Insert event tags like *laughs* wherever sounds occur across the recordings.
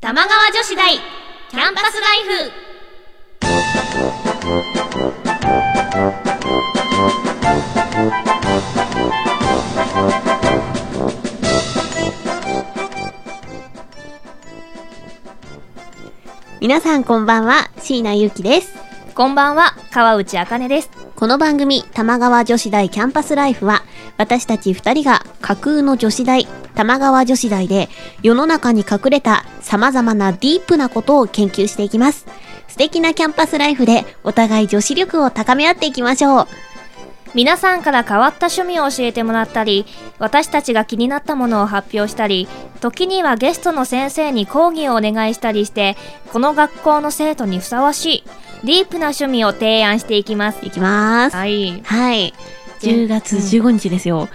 玉川女子大キャンパスライフ皆さんこんばんは、椎名ゆうきです。こんばんは川内あかねですこの番組、玉川女子大キャンパスライフは、私たち二人が架空の女子大、玉川女子大で、世の中に隠れた様々なディープなことを研究していきます。素敵なキャンパスライフで、お互い女子力を高め合っていきましょう。皆さんから変わった趣味を教えてもらったり私たちが気になったものを発表したり時にはゲストの先生に講義をお願いしたりしてこの学校の生徒にふさわしいディープな趣味を提案していきますいきます。はいはい。で10月うん15日ですよ。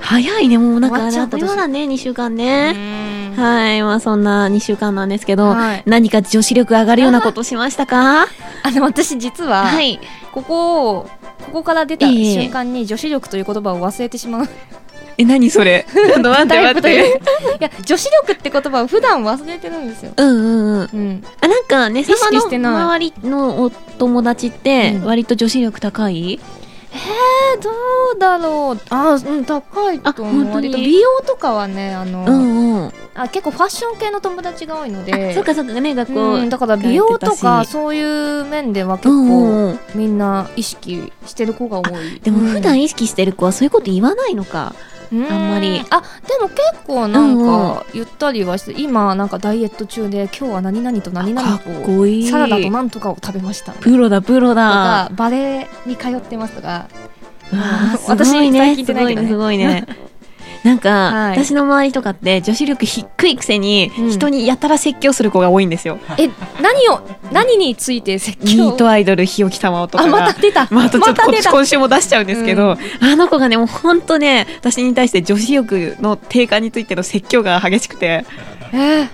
早いね、もうなんか、あ終わっっちゃとっいたう間だね、2週間ね。ははい、まあそんな2週間なんですけど、はい何か女子力上がるようなことしましたかあの私実は、はい。ここをここから出たええ瞬間に女子力という言葉を忘れてしまうえ、何そ *laughs* れ待ってタイ待プっといてう。いや女子力って言葉を普段忘れてるんですよ、うんうんうん。うん、あ、なんかね、識サマしてないの周りのお友達っうてん、割と女子力高い、えどうだろうあうん高いと思あう本当に割と美容とかはねあの、うんうん。あ結構ファッション系の友達が多いのであ、そっかそっかね、学校。うん、だから美容とやっかてたしそういう面では結うん構うんうんみんな意識してる子が多いでも普段う意識してる子はそういうこと言わないのか。うあんまりあでも結構なんうんうかゆったりはして、今なんかダイエット中で今日は何々と何か々っをこいい。サラダとなんとかを食べましたプロだ、プロとだか。バレエに通ってますとかうわあす私ごい最ね、近行っすてなごいいけどね、ねすごいね。なんか、はい私の周りとかって女子力低いくせに、うん人にやたら説教する子が多いんですよ。え何を何について説ミ教ートアイドル日置様をとかあが。また出た *laughs* またちょっとこ出た今週も出しちゃうんですけど、うあの子がねもうほんとね私に対して女子力の低下についての説教が激しくてえー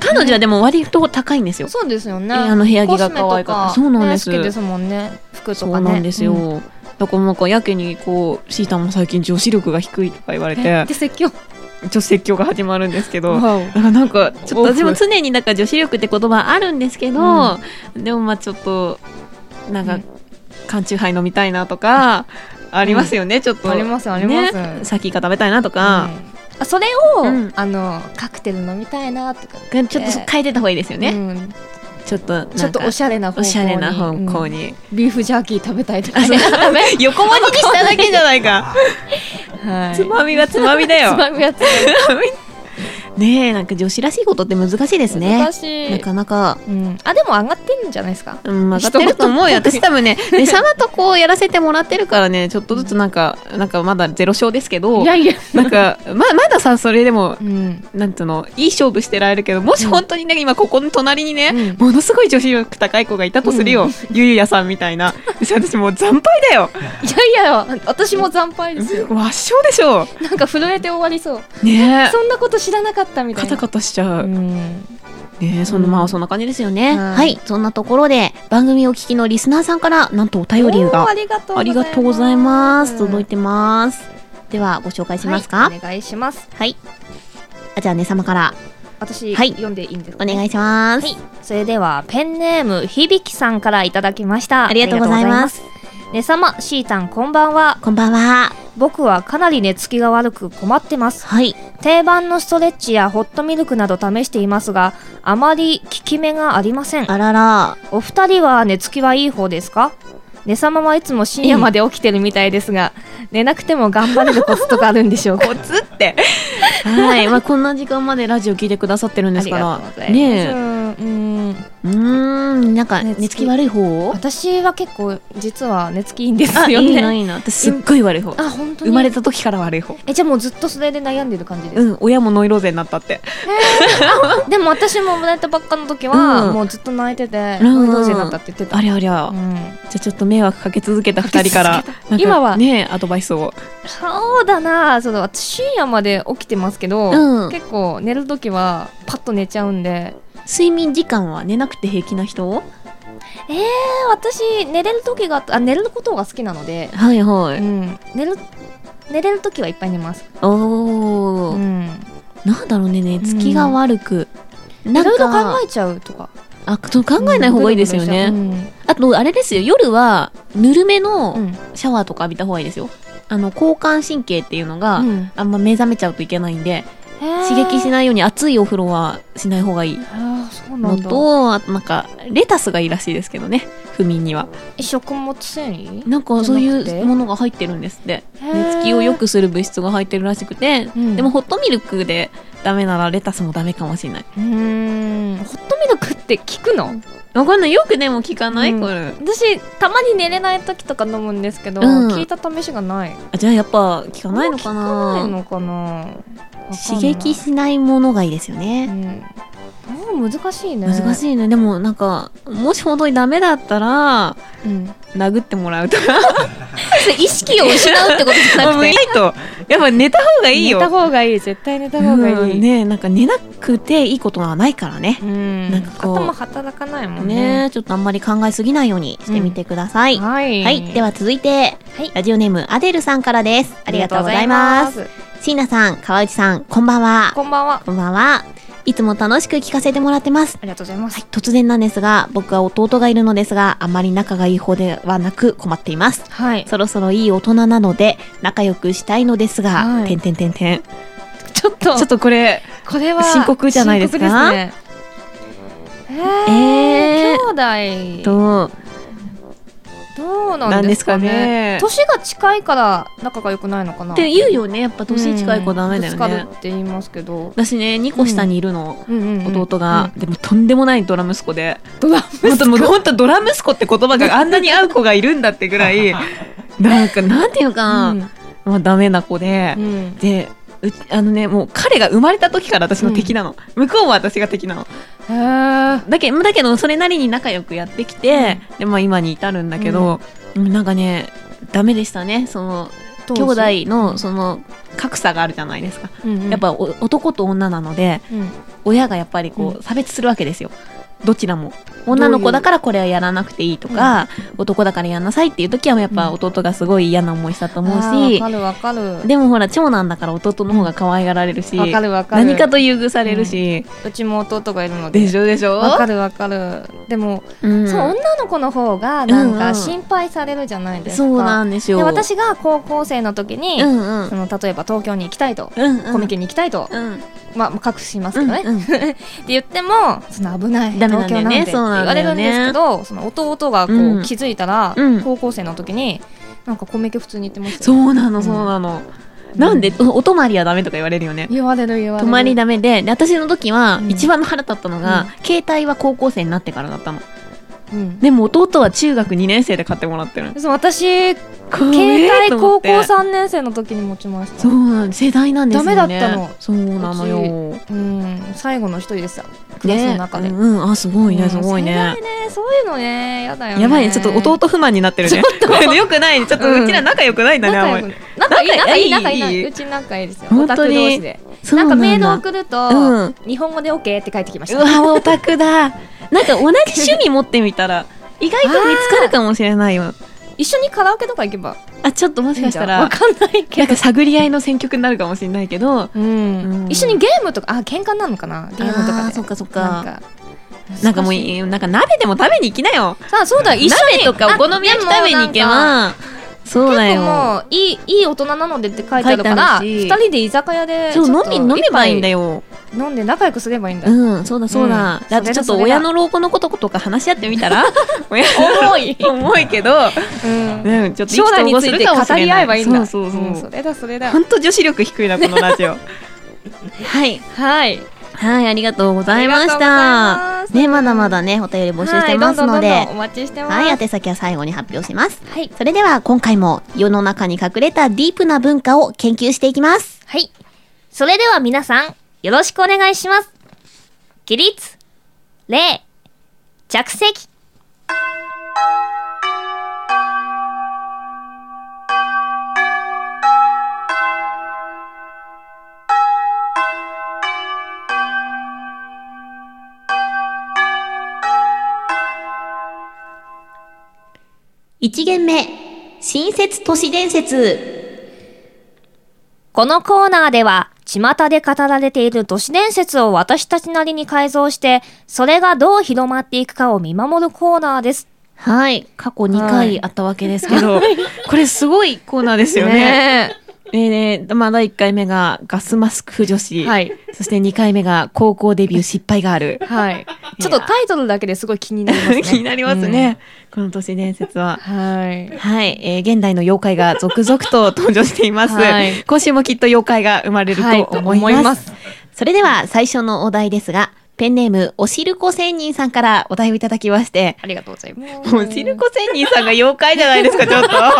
彼女はでも割と高いんですよ、そうですよねえあの部屋着が可愛かったそうなんです好きですもんね服とそかうねなんですよ、だからなんかやけにこうシータも最近女子力が低いとか言われえてで説教ちょっと説教が始まるんですけどわおあなんかちょっオとフ私も常になんか女子力って言葉あるんですけど、でもまあちょっとなんうかん缶チューハイ飲みたいなとか、ありますよねちょっとありますありますね、さっきか食べたいなとあか、あそれを、うんあのカクテル飲みたいなとかちょっと変えてた方がいいですよね、うんちょっとなんかちょっとおしゃれな方向おにしゃれな方向うんに、ビーフジャーキー食べたいとかあそう *laughs* 横文字にしただけじゃないか *laughs* は *laughs* いつまみ *laughs* がつまみだよつまみやつねえなんか女子らしいことって難しいですね難しい、なかなかうん、あでも上がってるんじゃないですかうん、上がってると思うよ。私多分 *laughs* ね、ね、さまとこうやらせてもらってるからね、ちょっとずつなんか、なんかまだゼロ勝ですけど、いや、なんか、ま、まださ、それでも、うん、なんつうの、いい勝負してられるけど、もし本当にね、今ここの隣にね、うんものすごい女子力高い子がいたとするよ、ゆゆやさんみたいな。私もう惨敗だよ。いやいや私も惨敗ですよ圧勝でしょなんか震えて終わりそうう。ねそんなこと知らなかったみえ。たカいタなカタしちゃう。うんねえ、そうんのまあそんな感じですよね。はいはい、そんなところで番組お聞きのリスナーさんからなんとお便りおーがありがとうありがとうございます。届いててます。では、ご紹介しますか。はい。お願いしますあじゃあ、姉様から私、はい読んでいいんですおか願いします。はいそれではペンネームひびきさんからいただきましたありがとうございます。ねさましーたんこんばんはこんばんは。僕はかなり寝つきが悪く困ってますはい。定番のストレッチやホットミルクなど試していますがあまり効き目がありませんあらら。お二人は寝つきはいい方ですか寝様はいつも深夜まで起きてるみたいですが、寝なくても頑張れるコツとかあるんでしょうかコツって。はい。まあ、こんな時間までラジオ聞いてくださってるんですかありがとうござら。いますねえ。うんうんうーん、なんか、ね寝つき悪い方私は結構実は寝つきいいんですあ、いよいねな、いいな。私、すっごい悪い方。あ本当に生まれた時から悪い方。えじゃあもうずっとそれで悩んでる感じです、うん、親もノイローゼになったって。でも私も生まれたばっかの時は、うんもうずっと泣いててうん運動生だったって言ってた、ありゃありゃ。うじゃん、あちょっと迷惑かけ続けた二人からかけ続、なんか今はねえアドバイスを。そうだなその私深夜まで起きてますけど、うん結構寝る時はパッと寝ちゃうんで睡眠時間は寝なくて平気な人私寝れる時があ寝ることが好きなので、はいはうい。ん、寝る寝れる時はいっぱい寝ます、おうー。ん、なんだろうね、寝つきが悪く。いなんろいろ考かえちゃうとかあそう考えない方がいいですよね、あとあれですよ夜はぬるめうんのシャワーとか浴びた方がいいですよあの交感神経っていうのが、うんあんま目覚めちゃうといけないんで刺刺激しいないように熱いお風呂はしない方がいいあーそうなのんだとあとなんかレタスがいいらしいですけどね不眠には食物繊維なんかそういじゃなくうてものが入ってるんですってへー寝つきを良くする物質が入ってるらしくて、うんでもホットミルクでダメならレタスもダメかもしれないうーんホットミルクって効くのわかんないよくでも聞かない、うんこれ私たまに寝れない時とか飲むんですけど、うん聞いた試しがないあじゃあやっぱ聞かないのかなないのかなわかんない刺激しないものがいいですよね、うん、もう難しいね難い、しいねでもなんかもし本当にダメだったらうん、殴ってもらうと *laughs* か意識を失うってことじゃなもくういいてとやっぱ寝た方がいいよ *laughs* 寝た方がいい絶対寝た方がいい、うんねなんか寝なくていいことはないからねうんなんかこう頭働かないもんねねちょっとあんまり考えすぎないようにしてみてください、はいはい、では続いて、はいラジオネームアデルさんからですありがとうございますありがとうござい椎名さん川内さんこんばんまはこんばんはこんばんはいつも楽しく聞かせてもらってますありがとうございます、はい、突然なんですが、僕は弟がいるのですが、あまり仲がいい方ではなく困っています。はい、そろそろいい大人なので、仲良くしたいのですはが、いてんてんてんてん。ちちょっとょっとこれ、これは深刻じゃないですか深刻ねえーえ兄弟と、どうなんですかなんねです年が近いから仲が良くないのかなって言うよね、やっぱ年近い子ダメだようんぶつねか。るって言いますけど、私ね、2個下にいるの。うんうんうん弟が、でもとんでもないドラ息子で、ドラ本当もう本当ドラ息子って言葉があんなに合う子がいるんだってぐら *laughs* い、なんかなんていうのかマな、まあダメな子でう、んでうあのねもう彼が生まれた時から私の敵なの、向こうは私が敵なのへーだけだけどそれなりに仲良くやってきて、でまあ、今に至るんだけど、うんなんかねダメでしたねそのどう兄ぞ弟のその格差があるじゃないですか、うんうんやっぱお男と女なのでうん親がやっぱりこうう差別するわけですよどちらも女の子だからこれはやらなくていいとか、男だからやんなさいっていう時はやっぱ弟がすごい嫌な思いしたと思うあしー、わかるわかるでもほら長男だから弟の方が可愛がられるし、わかるわかる何かと優遇されるし、うちも弟がいるのででしょでしょわかるわかるでも、うんそう女の子の方がなんうんうかん心配されるじゃないですか、そうなんですよで私が高校生の時に、うんうんその例えば東京に行きたいと、うんうんコミケに行きたいと、うんまあまあ隠しますけどね、うっんうんて言ってもその危ないダメなんだよ東京なんてねって言われるんですけど、その弟がこう、うん気づいたら、うん高校生の時になんかコミケ普通に行ってましたそようなのそうなの、なんでおお泊まりはダメとか言われるよね言われる言われる泊まりダメでで私の時はうん一番腹立ったのが、うん携帯は高校生になってからだったのうんでも弟は中学2年生で買ってもらってるそう私携 *laughs* 携帯高校3年生の時に持ちましそたうなん世代なんですよねダメだったのそうなのようん最後の一人でしたクラスの中で、ねうんうん、あすごいうんねすごいね、世代ねそういうのねやだよねやばいね、ちょっと弟不満になってるね。 *laughs* よくないね、ちょっうんとうちら仲良くないんだね、仲あん良まく仲いい仲いい仲仲いいいい仲いいいういち仲いいですよオ本タク当同に士でり。なんかメールる。送ると、うん日本語で OK って返ってきましうたわ、オタクだ。なんか同じ趣味持ってみた *laughs* ら、意外と見つかるかもしれないよ。一緒にカラオケとか行けばあ、ちょっともしかしたら、わかんないけなんどか探り合いの選曲になるかもしれないけど、うんうん一緒にゲームとかあ喧嘩なのかなゲームとかあーでそっかそっなんか。かなんかもう難しいい、なんか鍋でも食べに行きなよ。いさあそうだ一緒鍋にとかお好み焼きあ食でもべに行けなんかば、そうだ結よ。構もういいいい大人なのでって書いてあ書いるかてらあるし二人で居酒屋でそう、飲み、飲めばいいんだよよ。飲んで仲良くすればいいんだようん、そうだそうだ。うんであとちょっそとれだそれだ親の老後のこととか話し合ってみた *laughs* ら親重 *laughs* い。重いけど、うんね、ちょっと意気将来投に合つすいるてかもし語れりな合えばいいんだそうそううんそう。れだそれだ本当女子力低いな、この *laughs* ラジオ。はい。はいはい、ありがとうございましありがとうございまた。すね、まだまだね、お便り募集してますので。はいどんどんどんどんお待ちしてますはい、宛先は最後に発表します。はいそれでは今回も世の中に隠れたディープな文化を研究していきます。はい。それでは皆さん、よろしくお願いします。起立、礼、着席。一限目、新説都市伝説。このコーナーでは、巷で語られている都市伝説を私たちなりに改造して、それがどう広まっていくかを見守るコーナーです。はい。過去2は回いあったわけですけど、 *laughs* これすごいコーナーですよね。えーね、まあ、第1回目がガスマスク女子。 *laughs* はい。そして2回目が高校デビュー失敗がある。。はい。 *laughs* ちょっとタイトルだけですごい *laughs* 気になります *laughs* ね気になりますね。この都市伝説は。うん。はい。はい、えー現代の妖怪が続々と登場しています。はい今週もきっと妖怪が生まれるとはいと思います。思いますそれでは最初のお題ですが、ペンネームおしるこ仙人さんからお題をいただきまして、ありがとうございます。おし *laughs* るこ仙人さんが妖怪じゃないですか、ちょっと。は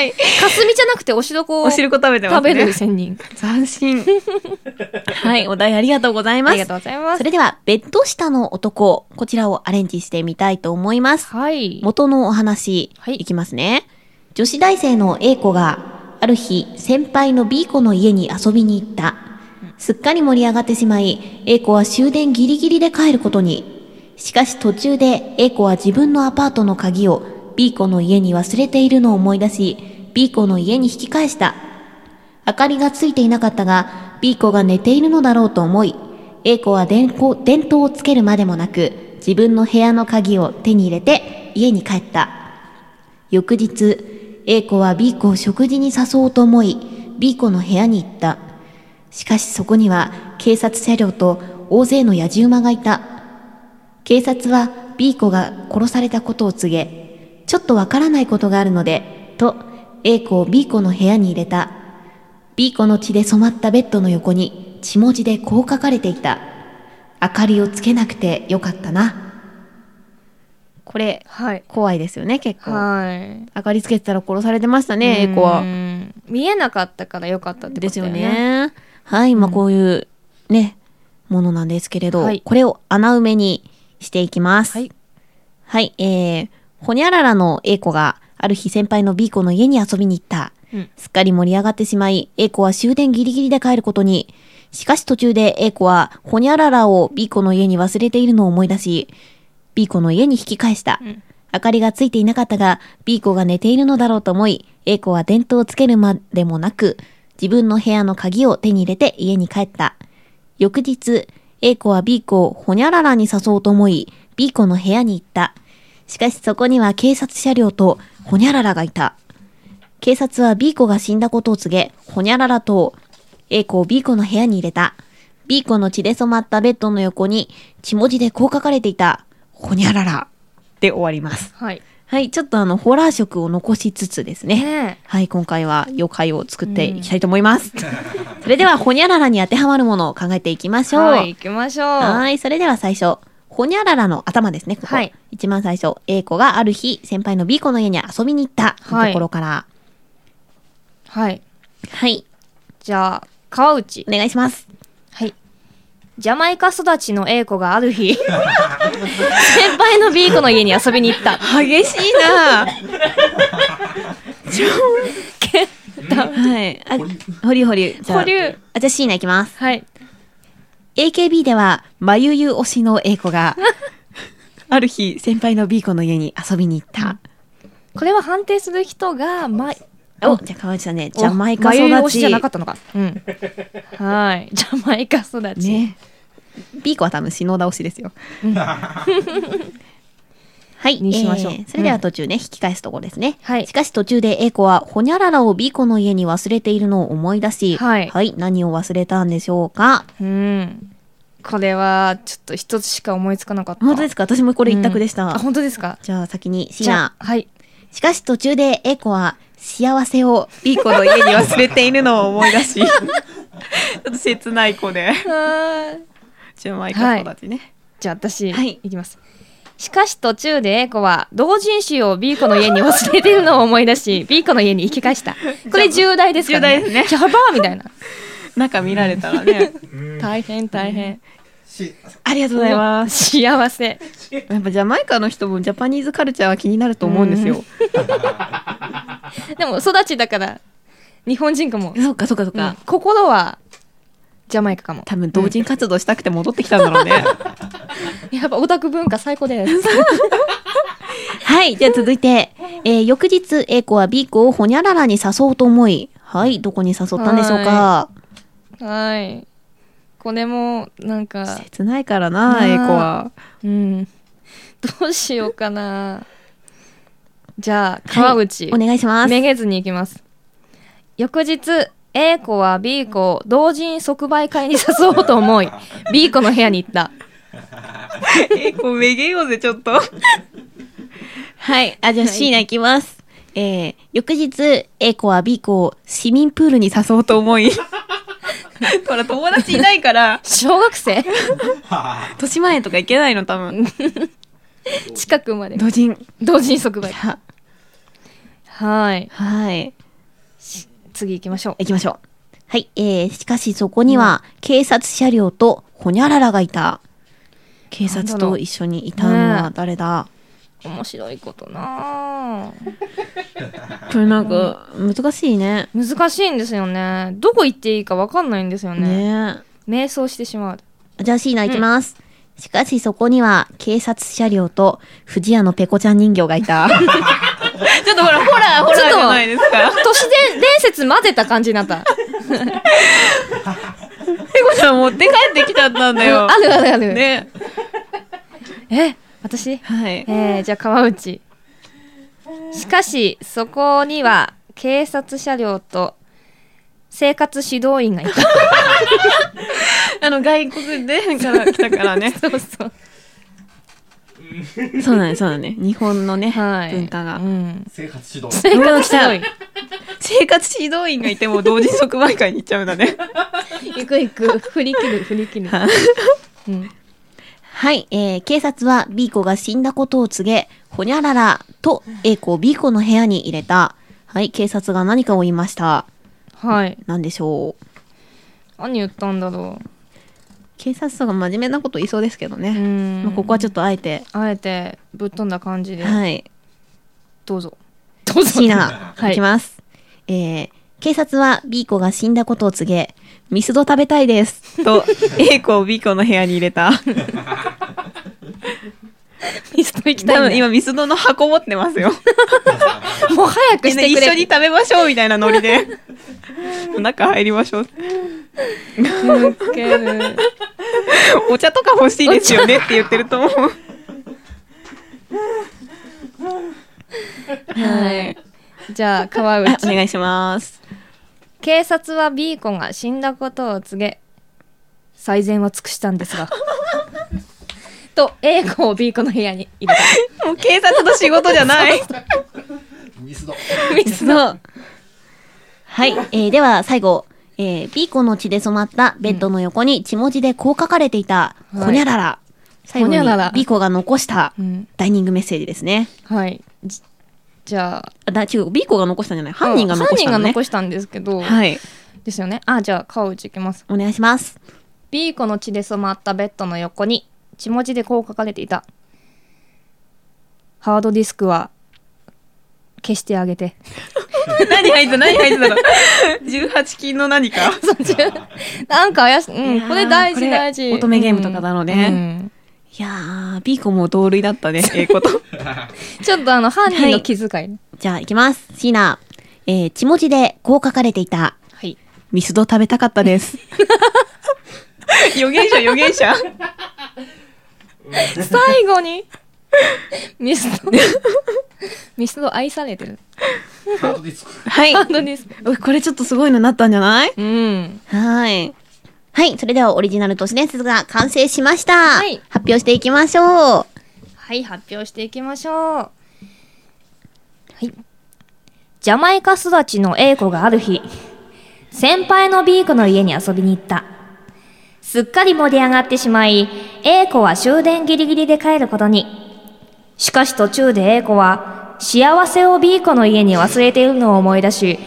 い。かすみじゃなくておしどこおしるこ食べてま食すね。べる仙人。斬新。 *laughs* はい、お題ありがとうございあまりがす。とうござい *laughs* まそす。れでは、ベッド下の男、こちらをアレンジしてみたいと思います。はい。元のお話、はいい、きますね。女子大生の A 子が、ある日、先輩の B 子の家に遊びに行った。すっかり盛り上がってしまい、A 子は終電ギリギリで帰ることに。しかし途中で A 子は自分のアパートの鍵を B 子の家に忘れているのを思い出し、B 子の家に引き返した。明かりがついていなかったが、B 子が寝ているのだろうと思い、A 子は電光電灯をつけるまでもなく、自分の部屋の鍵を手に入れて家に帰った。翌日、A 子は B 子を食事に誘おうと思い、B 子の部屋に行った。しかしそこには警察車両と大勢の野じ馬がいた。警察は B 子が殺されたことを告げ、ちょっとわからないことがあるので、と A 子を B 子の部屋に入れた。B 子の血で染まったベッドの横に血文字でこう書かれていた。明かりをつけなくてよかったな。これ、はい。怖いですよね、結構。はい。明かりつけてたら殺されてましたね、ねエコは。見えなかったからよかったってことですだよよね。ね。はい、まあうんこういうね、ものなんですけれど、はいこれを穴埋めにしていきます。はい。はい、えー、ほにゃららの A 子が、ある日先輩の B 子の家に遊びに行った。うんすっかり盛り上がってしまい、A 子は終電ギリギリで帰ることに。しかし途中で A 子は、ほにゃららを B 子の家に忘れているのを思い出し、B 子の家に引き返した。うん明かりがついていなかったが、B 子が寝ているのだろうと思い、A 子は電灯をつけるまでもなく、自分の部屋の鍵を手に入れて家に帰った。翌日、A 子は B 子をほにゃららに誘おうと思い、B 子の部屋に行った。しかしそこには警察車両とほにゃららがいた。警察は B 子が死んだことを告げ、ほにゃららと A 子を B 子の部屋に入れた。B 子の血で染まったベッドの横に血文字でこう書かれていた。ほにゃらら。で終わります。はい。はい、ちょっとあの、ホラー色を残しつつですね。ねはい、今回は妖怪を作っていきたいと思います。 *laughs* それでは、ほにゃららに当てはまるものを考えていきましょう。はい。行きましょう。はーい、それでは最初。ほにゃららの頭ですね、ここ。はい一番最初。A 子がある日、先輩の B 子の家に遊びに行った。はといころから。はい。はい、じゃあ、川内お。願いします。はい。ジャマイカ育ちの A 子があ *laughs* る日、先輩の B 子の家に遊びに行った。 *laughs* 激しい *laughs* なけはい。あ、保留保留。じゃあ保留。あ、じゃあ C ナいきます。はい。 AKB では、まゆゆ推しの A 子 *laughs* が、ある日、先輩の B 子の家に遊びに行った。これは判定する人が、ま、お、じゃあ川内さんね、ジャマイおカ迷い推育しち。じゃなかったのか。うん。はい。 *laughs* ジャマイカ育ち。ね。B 子は多分篠田推しですよ。 *laughs* はい、にしましょうえーそれでうはん途中ね、引き返すところですね。はいしかし途中で A 子は、ほにゃららを B 子の家に忘れているのを思い出し、はい何を忘れたんでしょうか。うん。これは、ちょっと一つしか思いつかなかった。本当ですかか私もこれ一択でした。あ、本当ですかじゃあ先にシじゃナ。あ、はい。しかし途中で A 子は、幸せを B 子の家に忘れているのを思い出 *laughs* し、ちょっと切ない子で、ジャマイカ育ちね。じゃあ、私、はいい、きます。しかし途中で A 子は同人誌を B 子の家に忘れているのを思い出 *laughs* し B 子の家に引き返したこれ重大ですから、重ね、大ですねやばーみたいな中見られたらね。 *laughs* 大変大変し *laughs* ありがとうございます。幸せやっぱジャマイカの人もジャパニーズカルチャーは気になると思うんですよ。でも育ちだから日本人かも、そっかそっかそっうん心はジャマイカかも多分同人活動したくて戻ってきたんだろうね。やっぱオタク文化最高です *laughs* はい、じゃあ続いて、えー翌日 A 子は B 子をほにゃららに誘おうと思い、はい、どこに誘ったんでしょうか。 *laughs* はい。これも、なんか、切ないからな、なエコは。うん。どうしようかな。じゃあ、川内。お願いします。めげずに行きます翌日 A 子は B 子を同人即売会に誘おうと思 *laughs* い B 子の部屋に行った *laughs* エコめげようぜ、ちょっと。はい。あ、じゃあ、シーナいきます。えー、翌日、A 子は B 子を市民プールに誘おうと思い、 *laughs* ほら、友達いないから、小学 *laughs* 生豊島園とか行けないの、多分。近くまでドジン。同人即売ははいはい。次行きましょ行きましょう。はい。えー、しかしそこには、警察車両とほにゃららがいた。警察と一緒にいたのは誰だう面白いことなあこれなんか、か、難しいね。難しいんですよねどこ行っていいか分かんないんですよねねえ。迷走してしまうじゃあシーナいきます。しかしそこには警察車両と藤屋のペコちゃん人形が *laughs* いた。ちょっとほら、ほら、ほら、ちょっとじゃないですか。都市伝伝 *laughs* 説混ぜた感じになったエコちゃん持って帰ってきちゃったんだよ *laughs* あ。るあるある、ね。え私はい。えー、じゃあ川内しかしそこには警察車両と生活指導員がい *laughs* たあの、外国で、から来たからね。そうそう *laughs* そうだね、そうだね。日本のね、はい文化う *laughs* が。ん、生活指導生活指生活指導員がいても同時即売会に行っちゃうんだね。導員行く行く振り切る振り切る、うん、はい、えー、警察は B 子が死んだことを告げ、ほにゃららと A 子を B 子の部屋に入れた。はい、警察が何かを言いました。はいなんでしょう。何言ったんだろ警察とか真面目なこと言いそうですけどううね。ん、まあ、ここはちょっとあえて。あえてぶっ飛んだ感じで、はい。どうぞどうぞシーナ、はいい、きます。えー、警察は B 子が死んだことを告げ、ミスド食べたいです。と、A 子を B 子の部屋に入れた。ミスト行き多たい、分ね、今、ミスドの箱持ってますよ。もう早くみしんなて一くれ緒に食べましょうみたいなノリ *laughs* で。中入りましょう。ウ *laughs* ケるお茶とか欲しいですよねって言ってると思う。はいじゃあ川あ内お願いします。警察は B 子が死んだことを告げ最善は尽くしたんですが *laughs* と A 子を B 子の部屋に入れもう警察の仕事じゃない。 *laughs* ミスドたミスそう。はい、えー、では最後。えー、B 子の血で染まったベッドの横に血文字でこう書かれていた、はいほにゃらら。最後にほにゃらら B 子が残したうんダイニングメッセージですね。はいじじゃああだ、違う、B 子が残したんじゃない犯人が残したの犯人がね。残したんですけど、はい。ですよねあじゃあ川内いきますお願いします。 B 子の血で染まったベッドの横に血文字でこう書かれていたハードディスクは消してあげて *laughs* 何入ってた何入ってたの *laughs* ?18 金の何 *laughs* か。 *laughs* なんか怪しいい、うやん、ーこれ大こ事れ大事乙女ゲームとかだろうねうんいやー、ビーコも同類だ *laughs* ったね、ええこと。ちょっとあの犯人の気遣いね。じゃあ行きます。シーナ。えー、血文字でこう書かれていた、はい。ミスド食べたかった *laughs* です。予言者、予言者。最後に *laughs* ミスド *laughs* ミスド愛されてる。ハードディスク *laughs* はいハ。ードディスク。おいこれちょっとすごいのになったんじゃないうん。はい。はい。それではオリジナル都市伝説が完成しました。い発表していきましょう。はい、発表していきましょう。はい。ジャマイカ育ちの A 子がある日、先輩の B 子の家に遊びに行った。すっかり盛り上がってしまい、A 子は終電ギリギリで帰ることに。しかし途中で A 子は、幸せを B 子の家に忘れているのを思い出し、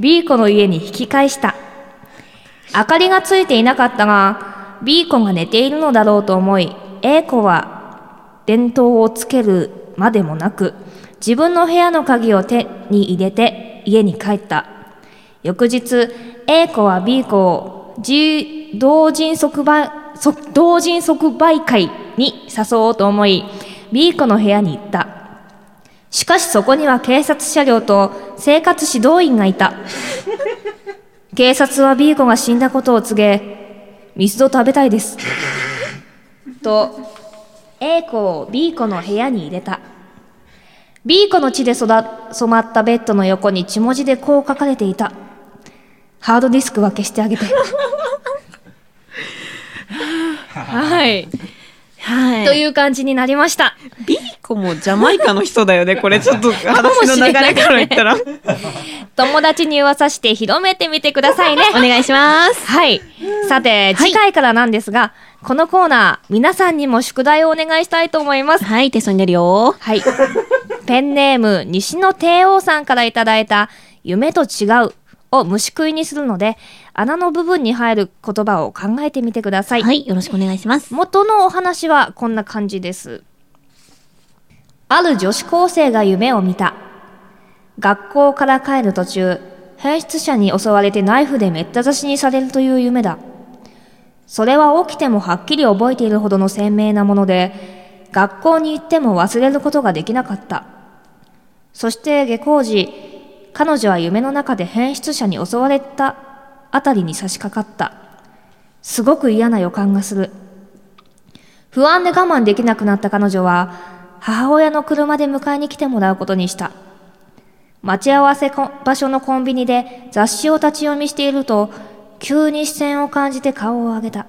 B 子の家に引き返した。明かりがついていなかったが、B 子が寝ているのだろうと思い、A 子は電灯をつけるまでもなく自分の部屋の鍵を手に入れて家に帰った翌日 A 子は B 子を自同人即売即同人即売会に誘おうと思い B 子の部屋に行ったしかしそこには警察車両と生活指導員がいた警察は B 子が死んだことを告げ、ミスド食べたいです。と、A 子を B 子の部屋に入れた。B 子の血で育染まったベッドの横に血文字でこう書かれていた。ハードディスクは消してあげて。はい。はい。 *laughs* という感じになりました。ビーコもジャマイカの人だよね、これちょっ *laughs* と話の流れから言ったら。友達に噂して広めてみてくださいね。お願いします。 *laughs* はい。さて、次回からなんですが、このコーナー、皆さんにも宿題をお願いしたいと思います。はい、テストに出るよ。はい。ペンネーム、西野帝王さんからいただいた、夢と違うを虫食いにするので、穴の部分に入る言葉を考えてみてください。はい、よろしくお願いします。元のお話はこんな感じです。ある女子高生が夢を見た。学校から帰る途中、変質者に襲われてナイフでめった刺しにされるという夢だ。それは起きてもはっきり覚えているほどの鮮明なもので、学校に行っても忘れることができなかった。そして下校時、彼女は夢の中で変質者に襲われたあたりに差し掛かった。すごく嫌な予感がする。不安で我慢できなくなった彼女は、母親の車で迎えに来てもらうことにした。待ち合わせこ場所のコンビニで雑誌を立ち読みしていると、急に視線を感じて顔を上げた。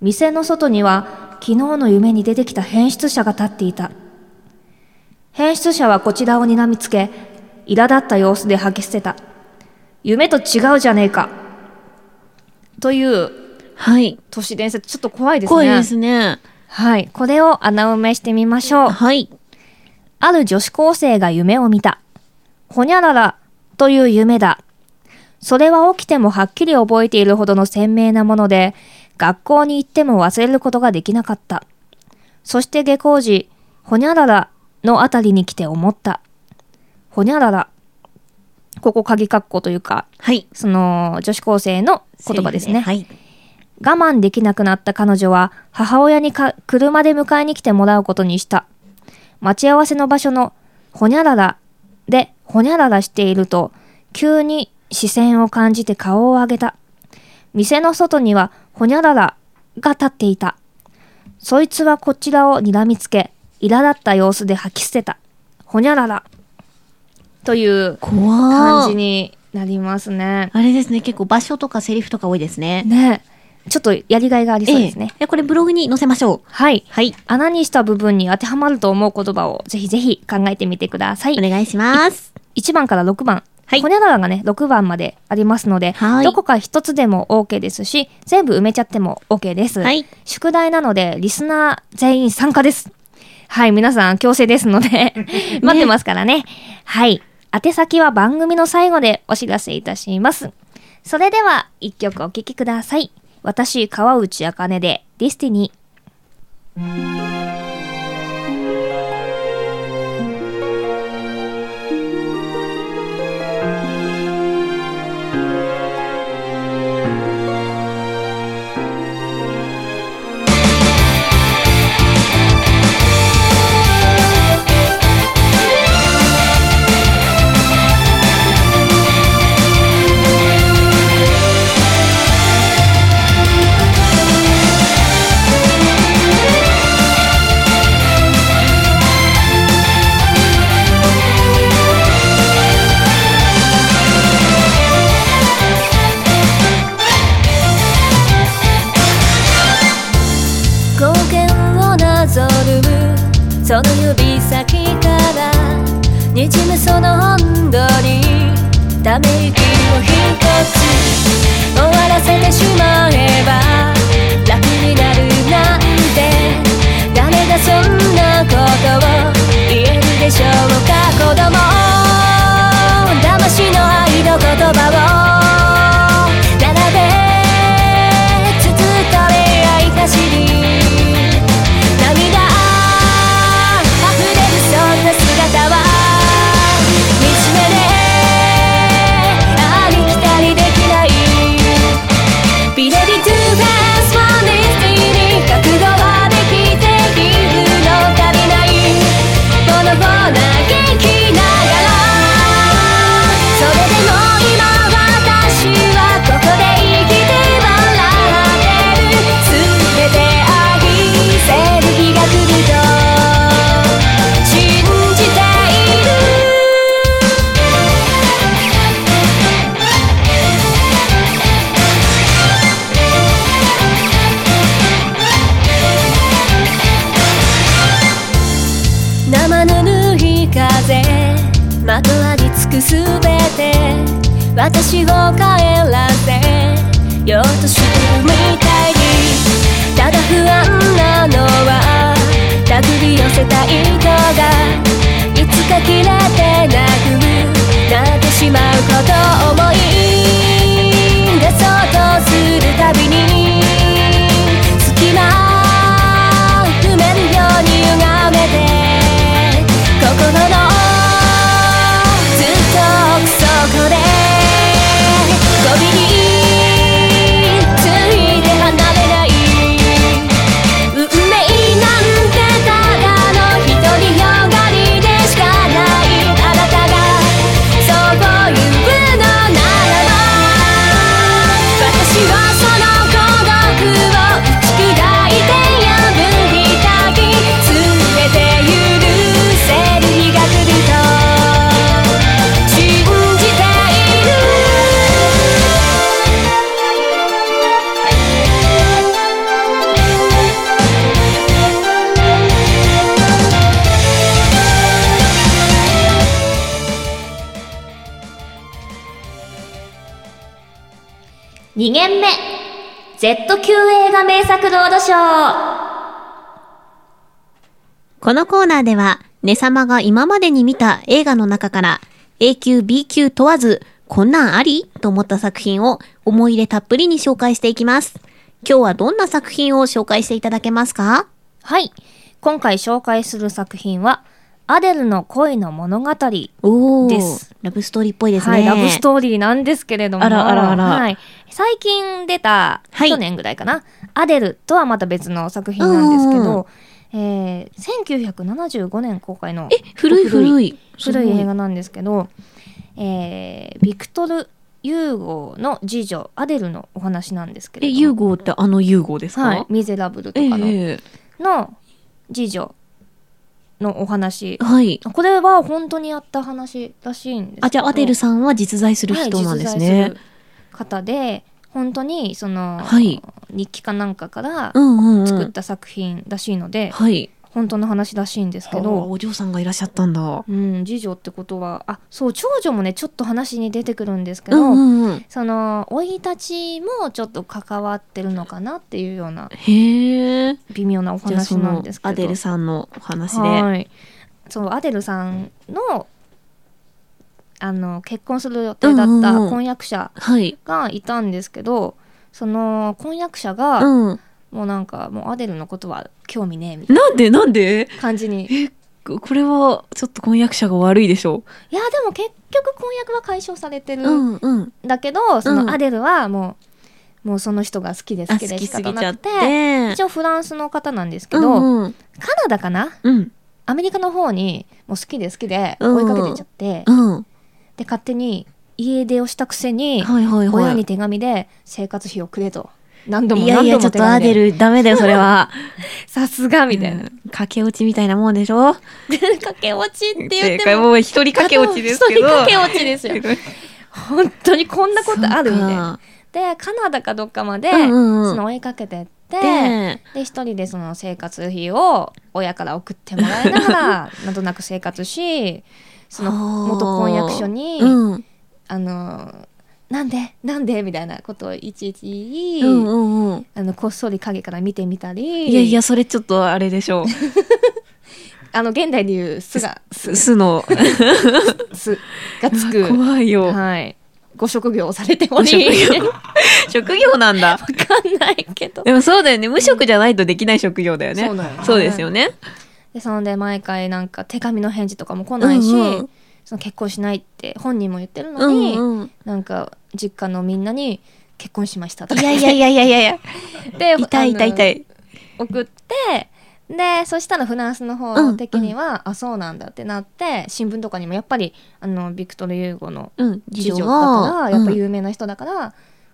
店の外には、昨日の夢に出てきた変質者が立っていた。変質者はこちらを睨みつけ、苛立った様子で吐き捨てた。夢と違うじゃねえか。というはい。都市伝説、ちょっと怖いですね。怖いですね。はい。これを穴埋めしてみましょう。はい。ある女子高生が夢を見た。ほにゃららという夢だ。それは起きてもはっきり覚えているほどの鮮明なもので、学校に行っても忘れることができなかった。そして下校時、ほにゃららのあたりに来て思った。ほにゃらら。ここ鍵括弧というか、はい。その女子高生の言葉ですね。はい。我慢できなくなった彼女は母親にか車で迎えに来てもらうことにした。待ち合わせの場所のほにゃららでほにゃららしていると急に視線を感じて顔を上げた。店の外にはほにゃららが立っていた。そいつはこちらを睨みつけ、苛立った様子で吐き捨てた。ほにゃらら。という怖感ーじになりますね。あれですね、結構場所とかセリフとか多いですね。ねえちょっとやりがいがありそうですね。ええ。これブログに載せましょう。はい。はい。穴にした部分に当てはまると思う言葉をぜひぜひ考えてみてください。お願いします。 1番から6番。はいほにゃららがね、6番までありますので、はいどこか一つでも OK ですし、全部埋めちゃっても OK です。はい宿題なので、リスナー全員参加です。はい、皆さん強制です *laughs* ので、 *laughs* 待ってますからね。はい。宛先は番組の最後でお知らせいたします。それでは、一曲お聴きください。私、川内茜で、ディスティニー。光源をなぞるその指先からにじむその温度にため息を一つ終わらせてしまえば楽になるなんて誰がそんなことを言えるでしょうか子供魂の愛の言葉を並べつつと恋愛かしり涙あふれるそんな姿は惨めでありきたりできないビレビトゥーファー私を帰らせようとするみたいにただ不安なのは手繰り寄せた糸がいつか切れてなくなってしまうことを思い出そうとするたびに隙間埋めるように歪めて心のずっと奥底でゴミについて離れない運命なんてただの独りよがりでしかないあなたがそう言うのならば私はその孤独を打ち砕いて破りたき全て許せる日が来ると信じている2限目 Z 級映画名作ロードショーこのコーナーでは、ねさまが今までに見た映画の中から、A 級、B 級問わず、こんなんありと思った作品を思い入れたっぷりに紹介していきます。今日はどんな作品を紹介していただけますかはい。今回紹介する作品は、アデルの恋の物語。おー。ですラブストーリーっぽいですね。はい、ラブストーリーなんですけれども。あらあらあらはい。最近出た、はい去年ぐらいかな、アデルとはまた別の作品なんですけど、えー、1975年公開のえ、古い古い。古い映画。画なんですけど、えー、ビクトル・ユーゴーの次女、アデルのお話なんですけれえ、ども。ユーゴーってあのユーゴーですか、はい。ミゼラブルとええかの、えの次女のお話。はい。これは本当にやった話らしいんですけどあ、じゃあ、アデルさんは実在する人なんですはい実在ねす。る方で本当にその、はい日記かなんかからうんうん、うん。作った作品らしいので、はい。本当の話らしいんですけはあど、お嬢さんがいらっしゃったんだ。うん、次女ってことはあそう長女もねちょっと話に出てくるんですけうど、んうんうん。その生い立ちもちょっと関わってるのかなっていうようなへえ。微妙なおじゃあ話そなんのですけどアデルさんのお話で。はいそうアデルさんのあの結婚する予定だうんうっんたうん婚約者、はい。がいたんですけどその婚約者が、うん。もうなんかもうアデルのことは興味ねえみたいなんでなんでな感じにいここれはちょっと婚約者が悪いでしょやでも結局婚約は解消されてるうんんうん。だけど、そうんのアデルはもうもうその人が好きで好あき好でき仕す方ぎちゃなっくてて。一応フランスの方なんですけうど、んうん。カナダかなうん。アメリカの方にもう好きで好きでうん追いかけてっちゃって、うん。で勝手に家出をしたくせに、はいはい親はにい。手紙で生活費をくれと何度もいやい何や、度ちょもっ手とア紙デでルダメだよ、それは。さすが *laughs* みたいうな、ん駆け落ちみたいなもんでしょ駆け落ちって言正って解ももう一人掛け落ちですけど。あと一人駆け落ちですよ *laughs* 本当にこんなことあるみたいなそでカナダかどっかまで、うんうんうんその追いかけてってうかで、で一人でその生活費を親から送ってもらいなが *laughs* らなんとなく生活しその元婚約者に、うん。あのなんでなんでみたいなことをいちいち言い、うんうんうん。あのこっそり影から見てみたりいやいや、それちょっとあれでしょう。あの現代でいう「 *laughs* す」がす、すの、 「す」が *laughs* つ *laughs* く、怖いよ。はい、ご職業をされておごり職わ職業なんだ。かんないけどでもそうだよね。無職じゃないとできない職業だよね。そうだよそうですよね。でそので毎回なんか手紙の返事とかも来ないし、うんうんその結婚しないって本人も言ってるうのに、んうん。なんか実家のみんなに結婚しましたとかいやいやいやいやいやいや。で痛い痛い痛いい。送ってでそしたらフランスの方的には、あそうなんだってなって新聞とかにもやっぱりあのビクトル・ユーゴのうん。次女だからやっぱうん有名な人だから、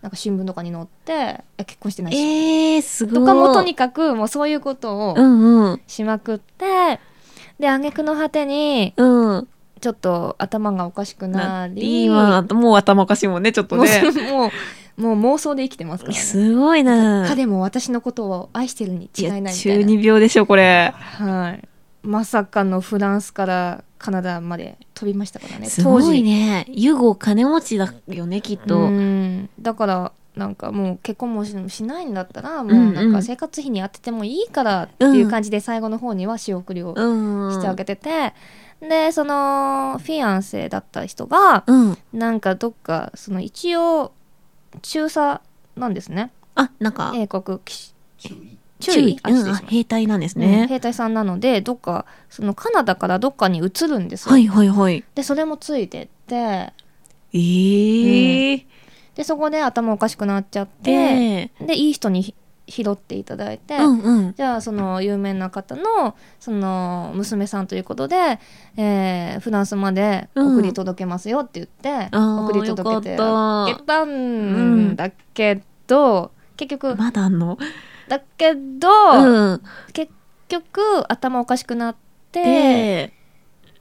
なんか新聞とかに載ってえ結婚してないし、えー、すごい。とかもとにかくもうそういうことをうんうん。しまくって、で挙句の果てにうん。ちょっと頭がおかしくなり、今、もう頭おかしいもんね、ちょっともね。うもう、もう妄想で生き *laughs* てますからね。すごいな彼も私のことを愛してるに違いないみた中いな。二病でしょ、これ。はい。まさかのフランスからカナダまで飛びましたからねすごいね。ユゴ金持ちだよね、きっと。うんだからなんかもう結婚もししないんだったらんもううんなんか生活費に当ててもいいからっていう感じで最後の方には仕送りをうん。してあげてて、でそのフィアンセだった人がうん。なんかどっかその一応中佐なんですねあ、なんか、英国騎士注注意意。あ失う礼ん、あしまし兵隊なんですたうんね。兵隊さんなのでどっかそのカナダからどっかに移るんですよ、はいはいはい。でそれもついてってえー。でそこで頭おかしくなっちゃって、えでいい人にひ拾っていただいて、ーうんうん。じゃあその有名な方のその娘さんということで、えーフランスまで送り届けますよって言って、うんあー送り届けてよかあったげたんだけど、結局まだあんのだけど、うん。結局頭おかしくなって、で、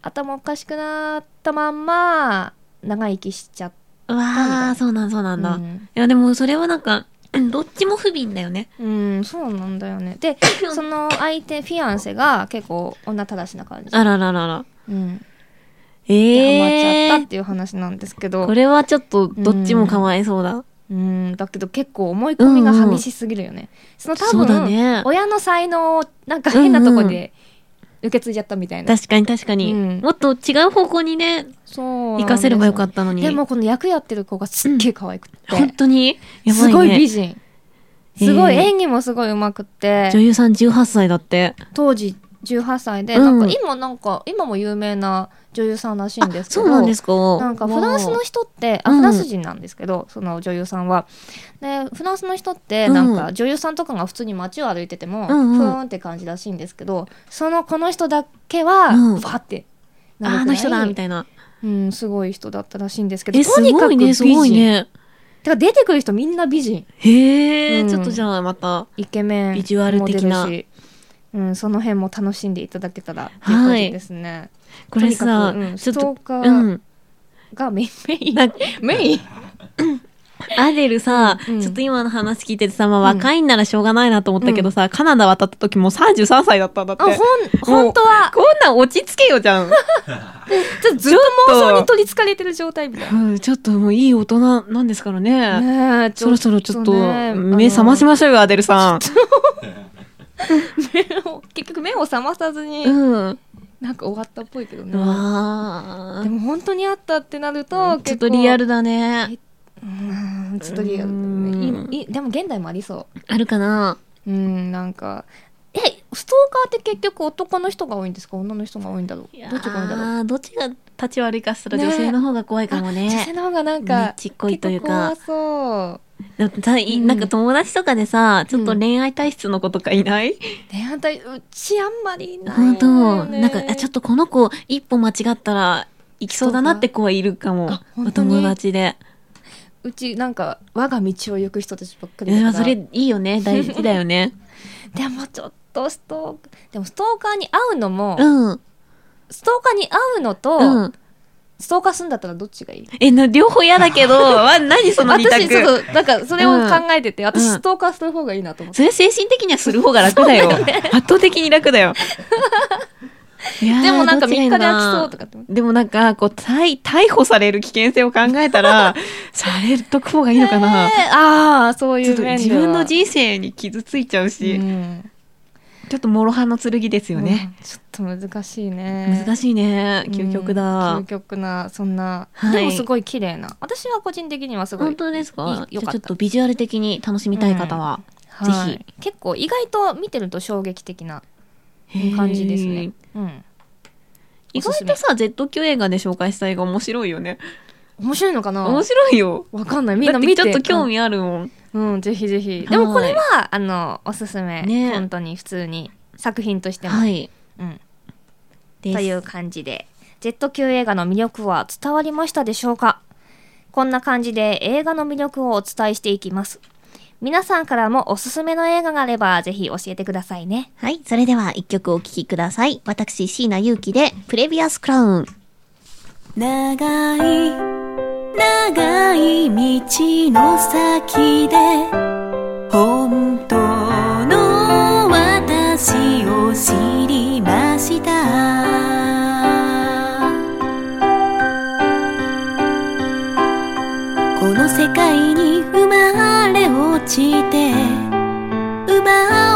頭おかしくなったまんま長生きしちゃっうわあ、そうなんそうなたんだ。ういんやでもそれはなんか、うんどっちも不憫だよね。うん、そうなんだよね。で、その相手、フィアンセが結構女たらしな感じ。あらららら。うん。で、ハマっちええゃったーっ。ていう話なんですけどこ、れはちょっとどっちもかわいそうだ。うん、だけど結構思い込みが激しすぎるよね。その多そうだ分、ね親の才能をなんか変なとこで受け継いじゃったみたいな。確かに確かに、うんもっと違う方向にね、そう。行かせればよかったのに。でもこの役やってる子がすっげえ可愛くって。本当に、やばいね。すごい美人。へーすごい演技もすごい上手くって女、優さん18歳だって。当時18歳で、うんなんか今なんか、今も有名な女優さんらしいんですけど。そうなんですか。なんかフランスの人って、あうんフランス人なんですけど、その女優さんは。で、フランスの人って、なんうか女優さんとかが普通に街を歩いてても、うんうんふーんって感じらしいんですけど、その、この人だけは、うんわーってなるあくらい。あの人だ、みたいな。うん、すごい人だったらしいんですけど、え、とすにかごくい美ね、す人。ごいね。てか出てくる人みんな美人。へえ、うんちょっとじゃあまた。イケメンビジュアル的なも出るしうん、その辺も楽しんでいただけたらっていう感じですね。これさ、とにかくうんちょっストとー、カーうん。がメイン、メイン、なんかメインアデルさ、うんちょっと今の話聞いててさ、まあ若いんならしょうがないなと思ったけどさ、カナダ渡った時も33歳だったんだって。あ、ほん、本当は、こんなん落ち着けよじ *laughs* ゃん。ちょっとずっと妄想に取りつかれてる状態みたいな。うん、ちょっともういい大人なんですからね。ねえそろそろちょっとね目覚ましましょうよ、アデルさん。あの *laughs* 結局目を覚まさずに、うん。わなんか終わったっぽいけどね。であ。も本当にあったってなるちと、ょ結っ構とリア。ルだね。うん、ちょっとリアルだようんね。いいでも現代もありそあるかなう。うん、なんか、え、ストーカーって結局男の人が多いんですか女の人が多いんだろうどっちが多いんだろうああ、どっちが立ち悪いかしたらね女性の方が怖いかもね。女性の方がなんねか、ちっこいというか結構怖そう。でもさいうんなんか友達とかでさ、ちょっと恋愛体質の子とかいない、ね、反対、うちあんまりいない、本ね。当なんか、あちょっと。とこの子、一歩間違ったら、行きそうだなって子はいるかもあ。お本当に友達で。うちなんか、我が道を行く人たちばっかりだでかもら。それいいよね。大事だよね。でもちょっとストーカー、でもストーカーに会うの *laughs* も、うん。ストーカーに会うのと、うん。ストーカーするんだったらどっちがいいえ、な両方嫌だけ *laughs* ど、わ、何その二択私、ちょっと、なんか、それを考えてて、私、うんストーカーする方がいいなと思って。それは精神的にはする方が楽だよ。圧倒的に楽だ *laughs* よ。いやーでもなんか3どっちがいい日での飽きそうとかって思って。でもなんか、こう、逮、逮捕される危険性を考えたら、されるとこ方がいいのかな。えーああ、そういちょっうと面では自分の人生に傷ついちゃうし、うんちょっと諸刃の剣ですよね。うんちょっと難しいね。難しいね。究極だ。うん究極な、そんな、はいでもすごい綺麗な。私は個人的にはすごい。当ですいいよじゃかあっちょったとビジュアル的に楽しみたい方は。はいぜ結構意外と見てると衝撃的な感じですへねー。うん。意外とさ、Z 級映画で紹介した映画面白いよね。面白いのかな面白いよ。わかんない。みんなだっ見て。ちょっと興味あるもん。うん、うんぜひぜひ。でもこれは、あの、おすすめ。ね本当に普通に。作品としても。はい。うん。ですという感じで。Z 級映画の魅力は伝わりましたでしょうかこんな感じで映画の魅力をお伝えしていきます。皆さんからもおすすめの映画があれば、ぜひ教えてくださいね。はい。それでは一曲お聴きください。私、椎名優樹で、プレビアスクラウン。長い長い道の先で本当の私を知りました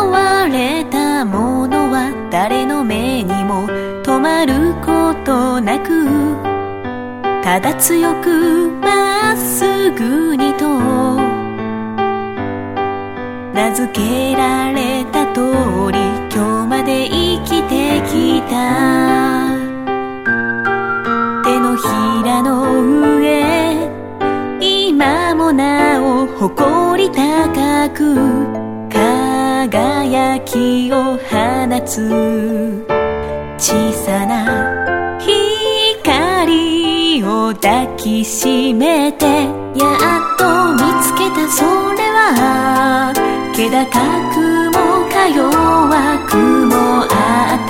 われたものは誰の目にも止まることなくただ強くまっすぐにと名付けられた通り今日まで生きてきた手のひらの上今もなお誇り高く輝きを放つ小さな光を抱きしめてやっと見つけたそれは気高くもか弱くもあって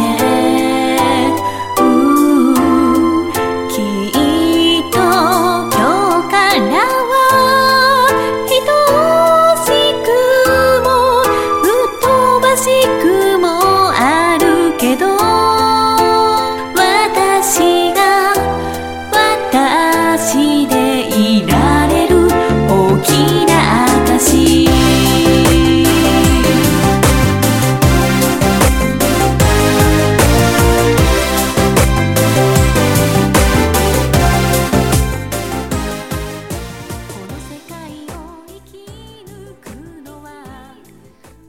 うんきっと今日からは等しくも疎しくもあるけど私が私でいられる大きな証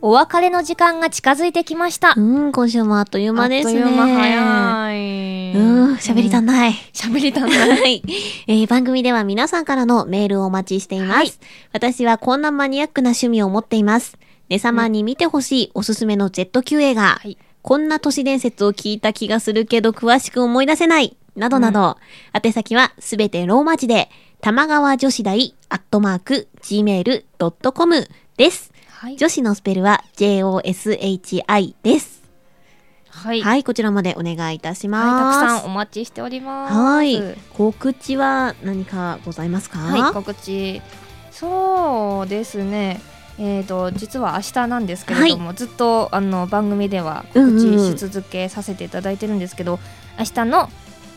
お別れの時間が近づいてきました。うん、今週もあっという間ですね。あっという間早い。うん、喋りたない。喋りたんだ。 *laughs* はい、えー番組では皆さんからのメールをお待ちしています。私はこんなマニアックな趣味を持っています。ねさまに見てほしいおすすめのジェット級映画、はいこんな都市伝説を聞いた気がするけど詳しく思い出せない、などなど、宛先はすべてローマ字で、玉川女子大アットマーク gmail.com です。はい。女子のスペルは joshi です。はい。はい、はい、こちらまでお願いいたしまたくす。さんお待ちしております。はい。告知は何かございますかはい、告知。そうですね。えー、と実は明日なんですけれども、ずっとあの番組では告知し続けさせていただいてるんですけど、明日の、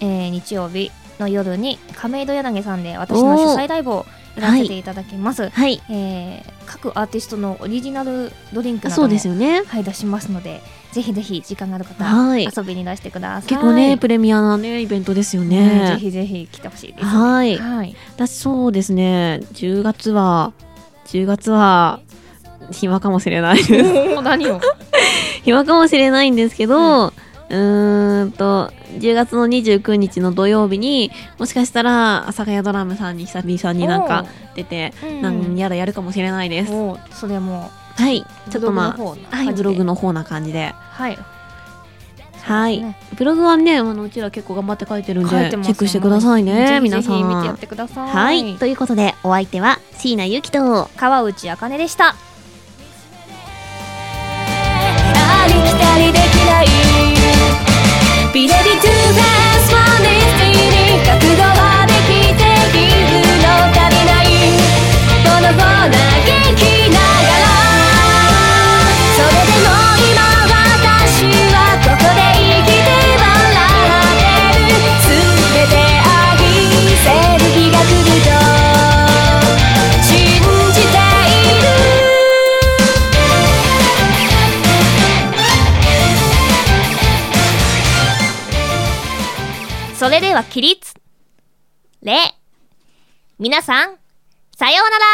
えー日曜日の夜に亀戸柳さんで私の主催ライブをやらせていただきます、はい。えー各アーティストのオリジナルドリンクなそどうもですよね。はい、出しますのでぜひぜひ時間がある方、はい遊びに出してください結構ね、プレミアなね、イベントですようんぜね。ひぜひ来てほしいですはい。はい、だそうですね。10月は、10月は、暇かもしれない *laughs* です。もう何を暇かもしれないんですけど、うーんと、10月の29日の土曜日に、もしかしたら、阿佐ヶ谷ドラムさんに久々になんか出て、おーうんなんやらやるかもしれない *laughs* です。もうそれもはい。ちょっとまブログの方なあ、はい、感じブログの方な感でじで。はいはい、ねブログはねあのうちら結構頑張って書いてるんでチ書いェてますックしてくださいぜひぜねひ皆さ見てやっんてくださいはいということでお相手は椎名ゆきと川内茜でしたありきたりできないビレビトゥーザースワンディスティに覚悟はできているの足りないボロボロ嘆きながらそれでも今私はここで生きて笑ってる全て愛せる日が来ると信じているそれでは起立礼皆さんさようなら